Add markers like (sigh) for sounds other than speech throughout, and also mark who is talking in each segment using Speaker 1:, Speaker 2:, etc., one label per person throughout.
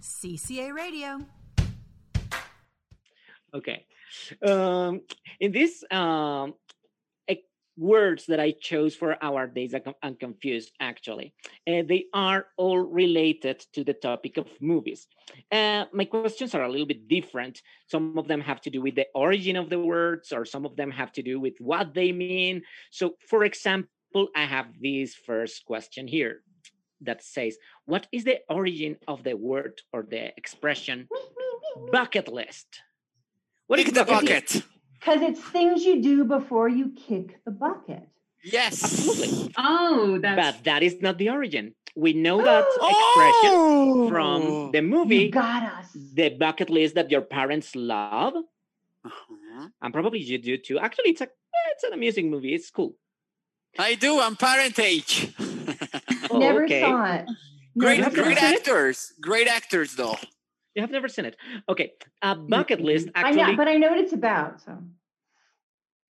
Speaker 1: CCA Radio.
Speaker 2: Okay. Um, in these um, ex- words that I chose for our days, I'm I'm confused actually. Uh, they are all related to the topic of movies. Uh, my questions are a little bit different. Some of them have to do with the origin of the words, or some of them have to do with what they mean. So, for example, I have this first question here that says, What is the origin of the word or the expression bucket list? What is
Speaker 3: Kick the
Speaker 2: bucket list?
Speaker 3: bucket.
Speaker 4: Because it's things you do before you kick the bucket.
Speaker 3: Yes.
Speaker 2: Absolutely.
Speaker 5: Oh, that's
Speaker 2: But that is not the origin. We know
Speaker 3: (gasps)
Speaker 2: that expression
Speaker 3: Oh!
Speaker 2: from the
Speaker 4: You
Speaker 2: movie,
Speaker 4: got us.
Speaker 2: the bucket list that your parents love,
Speaker 3: Uh-huh.
Speaker 2: and probably you do too. Actually, it's a eh, it's an amusing movie. It's cool.
Speaker 3: I do.
Speaker 2: (laughs)
Speaker 3: I'm parentage.
Speaker 2: Oh,
Speaker 4: Never
Speaker 2: okay.
Speaker 4: saw it.
Speaker 3: great,
Speaker 4: Never
Speaker 3: great
Speaker 4: saw it.
Speaker 3: actors. Great actors, though.
Speaker 2: You have never seen it. Okay, a bucket list
Speaker 4: I
Speaker 2: actually.
Speaker 4: know, but I know what it's about. So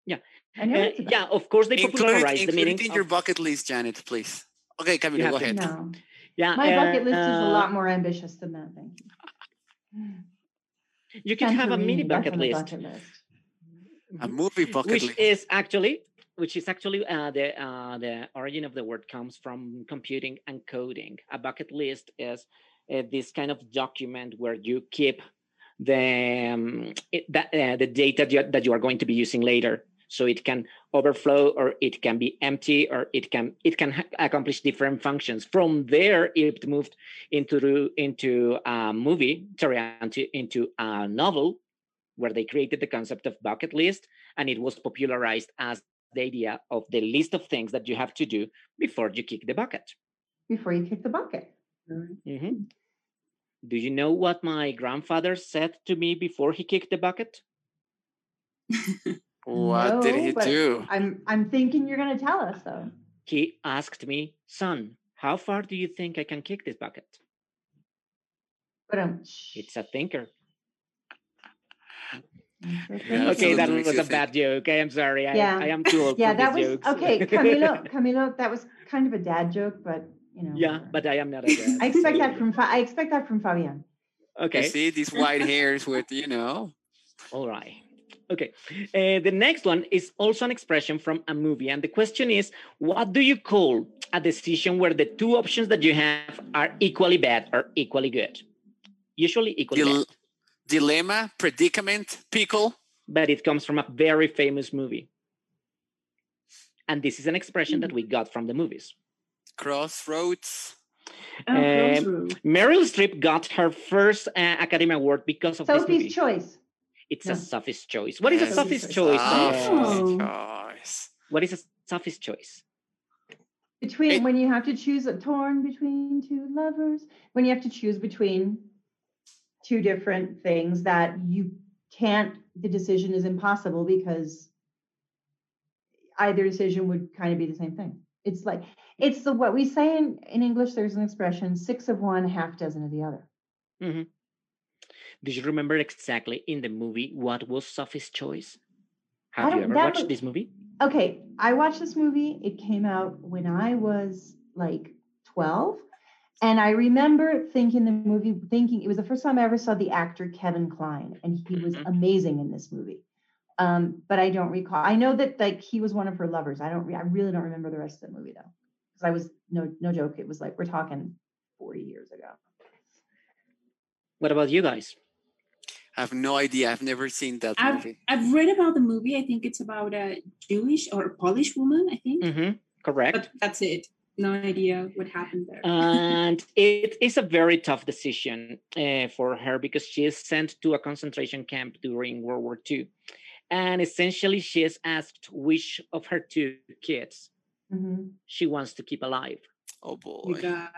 Speaker 2: Yeah.
Speaker 4: I know
Speaker 2: uh,
Speaker 4: what it's about.
Speaker 2: yeah, of course they
Speaker 3: Include,
Speaker 2: popularized
Speaker 3: it-
Speaker 2: the
Speaker 3: include
Speaker 2: meaning.
Speaker 3: it in
Speaker 2: of-
Speaker 3: your bucket list, Janet, please. Okay, Camilo,
Speaker 2: have
Speaker 3: go
Speaker 2: to-
Speaker 3: ahead.
Speaker 4: No,
Speaker 2: yeah,
Speaker 4: my bucket list is a
Speaker 2: uh,
Speaker 4: lot more ambitious than that. Thank you.
Speaker 2: You can have a
Speaker 4: Santorini,
Speaker 2: mini
Speaker 4: that's
Speaker 2: bucket
Speaker 4: on the
Speaker 2: list.
Speaker 4: list.
Speaker 3: A movie bucket
Speaker 2: which
Speaker 3: list.
Speaker 2: is actually which is actually uh, the uh, the origin of the word comes from computing and coding. A bucket list is uh, this kind of document where you keep the um, it, that, uh, the data that you, that you are going to be using later, so it can overflow or it can be empty or it can it can ha- accomplish different functions. From there, it moved into the- into a movie, sorry, into into a novel, where they created the concept of bucket list and it was popularized as the idea of the list of things that you have to do before you kick the bucket.
Speaker 4: Before you kick the bucket.
Speaker 2: Mhm. Do you know what my grandfather said to me before he kicked the bucket?
Speaker 3: What did
Speaker 4: No,
Speaker 3: he
Speaker 4: but
Speaker 3: do?
Speaker 4: I'm I'm thinking you're gonna tell us though.
Speaker 2: He asked me, Son, how far do you think I can kick this bucket?
Speaker 4: But um
Speaker 2: It's a thinker.
Speaker 3: Yeah,
Speaker 2: okay,
Speaker 3: absolutely
Speaker 2: that
Speaker 3: makes
Speaker 2: was
Speaker 3: you
Speaker 2: a bad joke. I am sorry. I,
Speaker 4: Yeah.
Speaker 2: I am too old
Speaker 4: yeah,
Speaker 2: for
Speaker 4: that was
Speaker 2: these jokes.
Speaker 4: okay, Camilo, Camilo, that was kind of a dad joke, but you know.
Speaker 2: (laughs) yeah,
Speaker 4: whatever.
Speaker 2: but I am not a dad.
Speaker 4: (laughs) I expect that
Speaker 2: so-
Speaker 4: from Fa- I expect that from Fabian.
Speaker 2: Okay.
Speaker 3: You see these white hairs with, you know.
Speaker 2: All right. Okay. Uh, the next one is also an expression from a movie. And the question is what do you call a decision where the two options that you have are equally bad or equally good? Usually equally
Speaker 3: Dil-
Speaker 2: bad,
Speaker 3: dilemma, predicament, pickle.
Speaker 2: but it comes from a very famous movie. And this is an expression that we got from the movies.
Speaker 3: crossroads.
Speaker 5: oh,
Speaker 2: Um,
Speaker 5: crossroad.
Speaker 2: Meryl Streep got her first uh, Academy Award because of this movie.
Speaker 4: Sophie's choice.
Speaker 2: it's a
Speaker 4: Yeah.
Speaker 2: Sophie's choice. What is a
Speaker 3: Yes.
Speaker 2: Sophie's
Speaker 4: Sophie's
Speaker 2: choice?
Speaker 3: Ah,
Speaker 2: uh,
Speaker 5: Oh.
Speaker 3: choice.
Speaker 2: What is a Sophie's choice?
Speaker 4: Between
Speaker 3: It-
Speaker 4: when you have to choose a torn between two lovers, when you have to choose between two different things that you can't, the decision is impossible because either decision would kind of be the same thing. It's like it's the what we say in, in English, there's an expression six of one, half dozen of the other.
Speaker 2: Do you remember exactly in the movie what was Sophie's choice?
Speaker 4: I
Speaker 2: Have you
Speaker 4: don't-
Speaker 2: ever
Speaker 4: that
Speaker 2: watched
Speaker 4: was-
Speaker 2: this movie?
Speaker 4: Okay, I watched this movie. It came out when I was like 12. And I remember thinking the movie, thinking it was the first time I ever saw the actor Kevin Klein, and he was
Speaker 2: Mhm.
Speaker 4: amazing in this movie. Um, but I don't recall. I know that like he was one of her lovers. I don't. Re- I really don't remember the rest of the movie though, because I was no no joke. It was like we're talking forty years ago.
Speaker 2: What about you guys?
Speaker 3: I have no idea. I've never seen that
Speaker 5: I've,
Speaker 3: movie.
Speaker 5: I've read about the movie. I think it's about a Jewish or Polish woman, I think.
Speaker 2: Mm-hmm. Correct.
Speaker 5: But that's it. No idea what happened
Speaker 4: (laughs)
Speaker 2: Oh,
Speaker 5: there.
Speaker 2: and it is a very tough decision uh, for her because she is sent to a concentration camp during World War II. And essentially, she is asked which of her two kids
Speaker 4: Mhm.
Speaker 2: she wants to keep alive.
Speaker 3: Oh
Speaker 5: Oh my
Speaker 3: boy.
Speaker 5: God.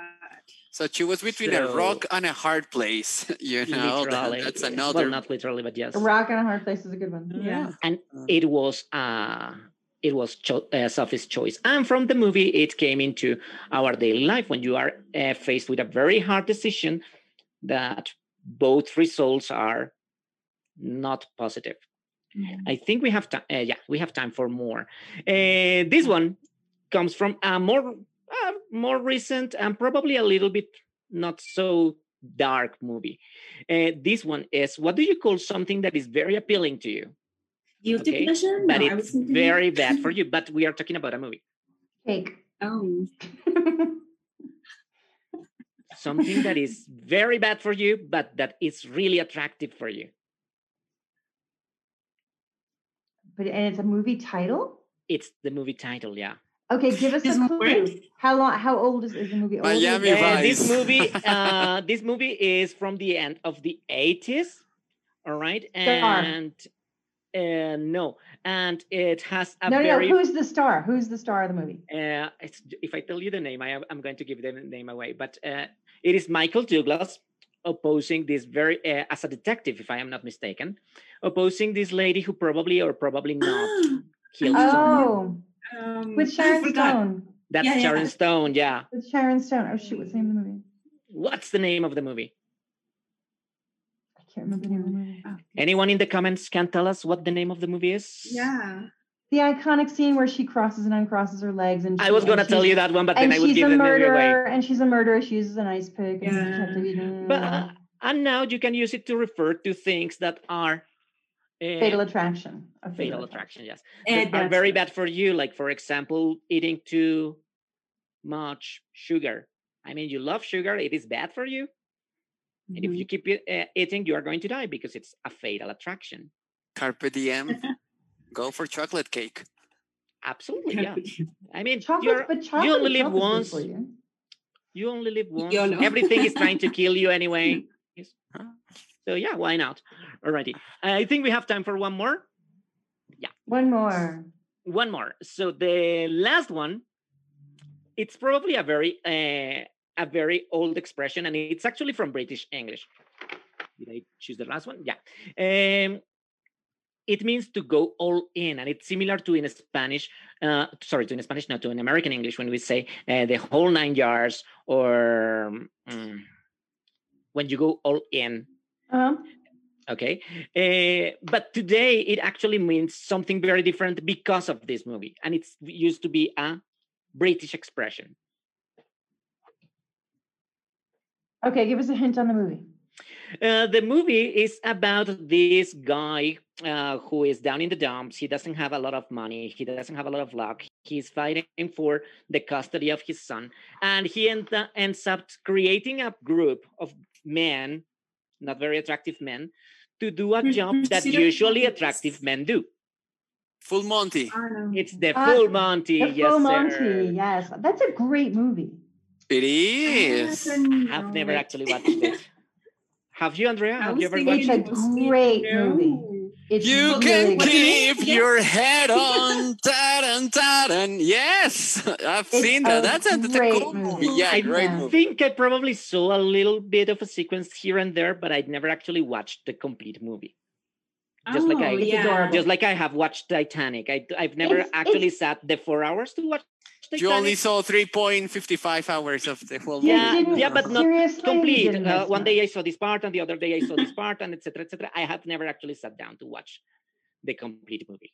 Speaker 3: So she was between a rock and a hard place. (laughs) You know, that-
Speaker 2: literally.
Speaker 3: that's
Speaker 2: Well,
Speaker 3: another.
Speaker 2: not literally, but yes.
Speaker 4: A rock and a hard place is a good one.
Speaker 5: Yeah.
Speaker 2: it was uh it was cho- uh, Sophie's choice and from the movie it came into our daily life when you are uh, faced with a very hard decision that both results are not positive i think we have time uh, yeah we have time for more uh, this one comes from a more uh, more recent and probably a little bit not so dark movie. Uh, this one is what do you call something that is very appealing to you,
Speaker 5: Guilty
Speaker 2: Okay,
Speaker 5: pleasure?
Speaker 2: but
Speaker 5: No, I was
Speaker 2: it's
Speaker 5: thinking-
Speaker 2: very bad
Speaker 5: (laughs)
Speaker 2: for you? But we are talking about a movie.
Speaker 4: Cake. (laughs)
Speaker 2: (gasps)
Speaker 5: Oh,
Speaker 2: Something that
Speaker 5: (laughs)
Speaker 2: is very bad for you, but that is really attractive for you.
Speaker 4: but and it's a movie title.
Speaker 2: It's the movie title, yeah.
Speaker 4: Okay, give us
Speaker 5: This
Speaker 4: a
Speaker 5: one
Speaker 4: clue.
Speaker 5: worked?
Speaker 4: How long? How old is, is the movie? Old or
Speaker 3: Miami
Speaker 4: young?
Speaker 2: Uh, this
Speaker 3: Vice.
Speaker 2: movie, uh, this movie is from the end of the eighties. All right,
Speaker 4: are.
Speaker 2: and uh, no, and it has a
Speaker 4: No, no,
Speaker 2: very.
Speaker 4: no. Who's the star? Who's the star of the movie?
Speaker 2: uh, it's, if I tell you the name, I, am- I'm going to give the name away. But uh, it is Michael Douglas opposing this very uh, as a detective, if I am not mistaken, opposing this lady who probably or probably
Speaker 5: (gasps)
Speaker 2: not killed.
Speaker 5: Oh,
Speaker 2: someone.
Speaker 4: Oh,
Speaker 5: um,
Speaker 4: with
Speaker 5: I
Speaker 4: Sharon
Speaker 5: forgot.
Speaker 4: Stone.
Speaker 2: That's
Speaker 5: yeah, yeah.
Speaker 2: Sharon Stone. Yeah.
Speaker 4: With Sharon Stone. Oh shoot, what's the name of the movie?
Speaker 2: What's the name of the movie?
Speaker 4: I can't remember the name of the
Speaker 5: Oh,
Speaker 4: movie.
Speaker 2: Anyone in the comments can tell us what the name of the movie is?
Speaker 5: Yeah.
Speaker 4: The iconic scene where she crosses and uncrosses her legs, and
Speaker 2: I
Speaker 4: she-
Speaker 2: was
Speaker 4: and
Speaker 2: gonna tell
Speaker 4: she's-
Speaker 2: you that one, but
Speaker 4: and
Speaker 2: then I would
Speaker 4: she's
Speaker 2: give
Speaker 4: a
Speaker 2: the movie away.
Speaker 4: murderer, and she's a murderer. She uses an ice pick. And she's
Speaker 5: Yeah.
Speaker 4: kept leaving-
Speaker 2: But, uh, And now you can use it to refer to things that are uh,
Speaker 4: fatal attraction. A
Speaker 2: fatal attraction. Yes,
Speaker 5: And
Speaker 2: that are
Speaker 5: that's
Speaker 2: very
Speaker 5: it.
Speaker 2: bad for you. Like for example, eating too much sugar. I mean, you love sugar; it is bad for you, and
Speaker 5: (laughs)
Speaker 2: if you keep it, uh, eating, you are going to die because it's a fatal attraction.
Speaker 3: Carpe diem. Go for chocolate cake.
Speaker 2: Absolutely, yeah. I mean,
Speaker 4: Chocolate,
Speaker 2: you're,
Speaker 4: but chocolate.
Speaker 2: only live
Speaker 4: itself is good
Speaker 2: once.
Speaker 4: for you.
Speaker 2: you only live once.
Speaker 5: YOLO.
Speaker 2: Everything is trying to kill you anyway. Yes.
Speaker 3: Huh?
Speaker 2: So yeah, why not? Alrighty, I think we have time for one more.
Speaker 4: One more.
Speaker 2: one more. So the last one, it's probably a very uh, a very old expression, and it's actually from British English. Did I choose the last one? Yeah. Um, it means to go all in, and it's similar to in Spanish. Uh, sorry, to in Spanish, not to in American English when we say uh, the whole nine yards, or mm, when you go all in
Speaker 4: Uh-huh.
Speaker 2: okay uh, but today it actually means something very different because of this movie and it's used to be a british expression
Speaker 4: Okay, give us a hint on the movie.
Speaker 2: uh, the movie is about this guy uh, who is down in the dumps he doesn't have a lot of money he doesn't have a lot of luck he's fighting for the custody of his son and he end, ends up creating a group of men not very attractive men to do a
Speaker 5: Mm,
Speaker 2: job that
Speaker 5: consider-
Speaker 2: usually attractive men do
Speaker 3: Full
Speaker 2: (laughs)
Speaker 3: Monty.
Speaker 5: I know.
Speaker 2: It's the
Speaker 4: Ah,
Speaker 2: full Monty.
Speaker 4: The
Speaker 2: yes,
Speaker 4: Full Monty.
Speaker 2: sir.
Speaker 4: Yes, that's a great movie.
Speaker 3: It
Speaker 5: I
Speaker 3: is.
Speaker 5: haven't
Speaker 2: I've
Speaker 5: known
Speaker 2: never
Speaker 5: it.
Speaker 2: actually watched it. Have you, Andrea?
Speaker 5: I
Speaker 2: Have
Speaker 5: was
Speaker 2: you ever
Speaker 5: thinking
Speaker 2: watched
Speaker 4: It's a
Speaker 2: it?
Speaker 5: it was it.
Speaker 4: great
Speaker 5: No.
Speaker 4: movie. It's
Speaker 3: You
Speaker 4: really
Speaker 3: can
Speaker 4: good.
Speaker 5: what do you mean?
Speaker 3: keep
Speaker 5: Yeah.
Speaker 3: your head on. Taran, taran. Yes, (laughs) I've
Speaker 4: It's
Speaker 3: seen that.
Speaker 4: a
Speaker 3: That's a, that's a
Speaker 4: great
Speaker 3: cool
Speaker 4: movie.
Speaker 3: movie. Yeah,
Speaker 2: I
Speaker 3: great
Speaker 4: Yeah.
Speaker 2: I
Speaker 3: movie.
Speaker 2: think I probably saw a little bit of a sequence here and there, but I'd never actually watched the complete movie. Just like
Speaker 5: Oh,
Speaker 2: I- It's
Speaker 5: yeah.
Speaker 4: adorable.
Speaker 2: Just like I have watched Titanic. I, I've never
Speaker 4: It's-
Speaker 2: actually sat the four hours to watch Titanic.
Speaker 3: You only saw 3.55 hours of the whole
Speaker 4: You
Speaker 2: Yeah,
Speaker 3: movie.
Speaker 4: didn't-
Speaker 2: yeah, but not
Speaker 4: seriously, you
Speaker 2: complete.
Speaker 4: didn't
Speaker 2: Uh,
Speaker 4: miss
Speaker 2: one
Speaker 4: much.
Speaker 2: day I saw this part, and the other day I saw this part, and etc. etc. I have never actually sat down to watch the complete movie.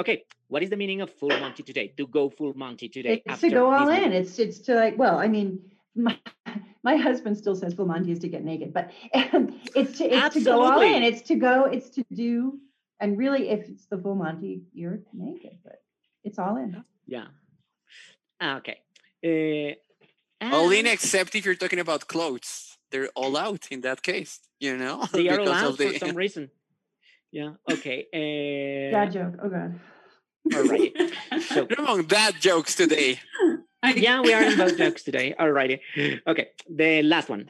Speaker 2: Okay, what is the meaning of full Monty today? To go full Monty today.
Speaker 4: It's to
Speaker 2: after
Speaker 4: go all
Speaker 2: this
Speaker 4: in.
Speaker 2: movie.
Speaker 4: It's it's to like well, I mean, my, (laughs) my husband still says full Monty is to get naked, but (laughs) it's to it's to go all in.
Speaker 2: Absolutely.
Speaker 4: It's to go. It's to do. And really, if it's the full Monty, you're naked, but it's all in.
Speaker 2: Yeah. Ah, Okay. Uh,
Speaker 3: All in,
Speaker 2: and
Speaker 3: except if you're talking about clothes. They're all out in that case, you know? (laughs)
Speaker 2: They are
Speaker 3: because
Speaker 2: allowed
Speaker 3: of the-
Speaker 2: for
Speaker 3: (laughs)
Speaker 2: some reason. Yeah. Okay.
Speaker 4: Dad
Speaker 2: Uh,
Speaker 4: joke. Oh god.
Speaker 2: all right.
Speaker 3: (laughs)
Speaker 2: So
Speaker 3: Ramon, dad jokes today.
Speaker 5: (laughs) I-
Speaker 2: yeah, we are in both jokes today. All righty. Okay, the last one.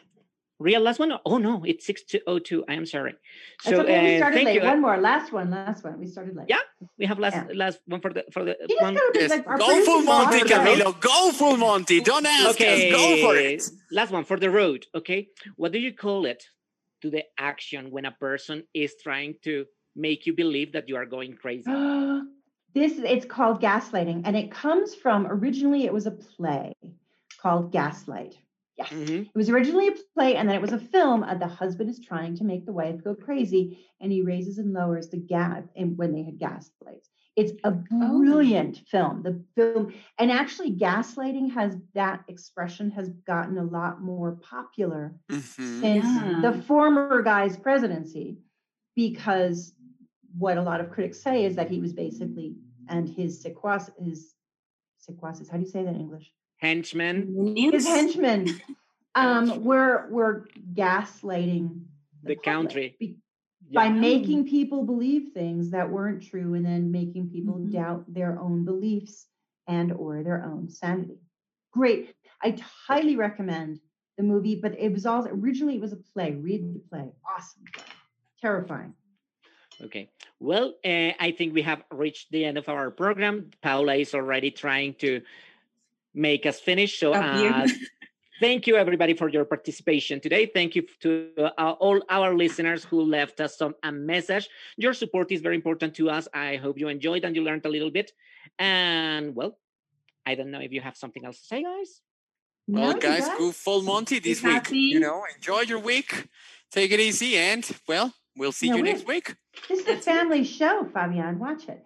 Speaker 2: Real last one? Oh no, it's 6202. I am sorry.
Speaker 4: That's
Speaker 2: So
Speaker 4: okay. We
Speaker 2: uh,
Speaker 4: started
Speaker 2: thank
Speaker 4: late.
Speaker 2: you.
Speaker 4: One more. Last one. Last one. We started late.
Speaker 2: Yeah, We have last
Speaker 4: Yeah.
Speaker 2: last one for the for the
Speaker 4: She just
Speaker 2: one.
Speaker 4: got a bit
Speaker 3: Yes.
Speaker 4: like our
Speaker 3: Go full
Speaker 4: producer's all
Speaker 3: Monty,
Speaker 4: over the place.
Speaker 3: Camilo. Go full Monty. Don't ask
Speaker 2: Okay,
Speaker 3: us. Go for it.
Speaker 2: last one for the road. Okay, what do you call it to the action when a person is trying to make you believe that you are going crazy?
Speaker 4: (gasps) this it's called gaslighting and it comes from originally it was a play called gaslight yes
Speaker 2: Mhm.
Speaker 4: it was originally a play and then it was a film uh, the husband is trying to make the wife go crazy and he raises and lowers the gas and when they had gaslights It's a brilliant film. The film, and actually, gaslighting has that expression has gotten a lot more popular
Speaker 6: Mm-hmm.
Speaker 3: Mhm.
Speaker 4: since
Speaker 5: Yeah.
Speaker 4: the former guy's presidency because what a lot of critics say is that he was basically and his sequas his sequaces how do you say that in english
Speaker 2: Henchman,
Speaker 4: his
Speaker 5: (laughs) Minions?
Speaker 4: henchmen um were were gaslighting
Speaker 2: The country.
Speaker 4: public be- by
Speaker 2: yeah,
Speaker 4: making people believe things that weren't true and then making people
Speaker 5: Mhm.
Speaker 4: doubt their own beliefs and or their own sanity great i t- highly recommend the movie but it was also originally it was a play read the play awesome play. terrifying
Speaker 2: okay. Well, uh, I think we have reached the end of our program. Paula is already trying to make us finish. So
Speaker 5: Up here. (laughs)
Speaker 2: uh, thank you everybody for your participation today thank you to uh, all our listeners who left us some a message your support is very important to us i hope you enjoyed and you learned a little bit and well i don't know if you have something else to say guys
Speaker 3: Well,
Speaker 4: No, you
Speaker 3: guys,
Speaker 4: guys-
Speaker 3: go full Monty this week.
Speaker 5: happy?
Speaker 3: You know, enjoy your week. Take it easy, and well, we'll see
Speaker 4: No,
Speaker 3: you
Speaker 4: we-
Speaker 3: next week.
Speaker 4: this is a
Speaker 5: That's it.
Speaker 4: family show fabian watch it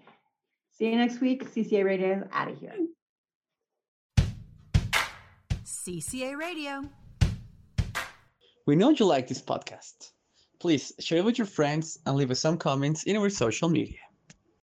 Speaker 4: see you next week cca radio is out of here
Speaker 1: CCA Radio.
Speaker 6: We know you like this podcast. Please share it with your friends and leave us some comments in our social media.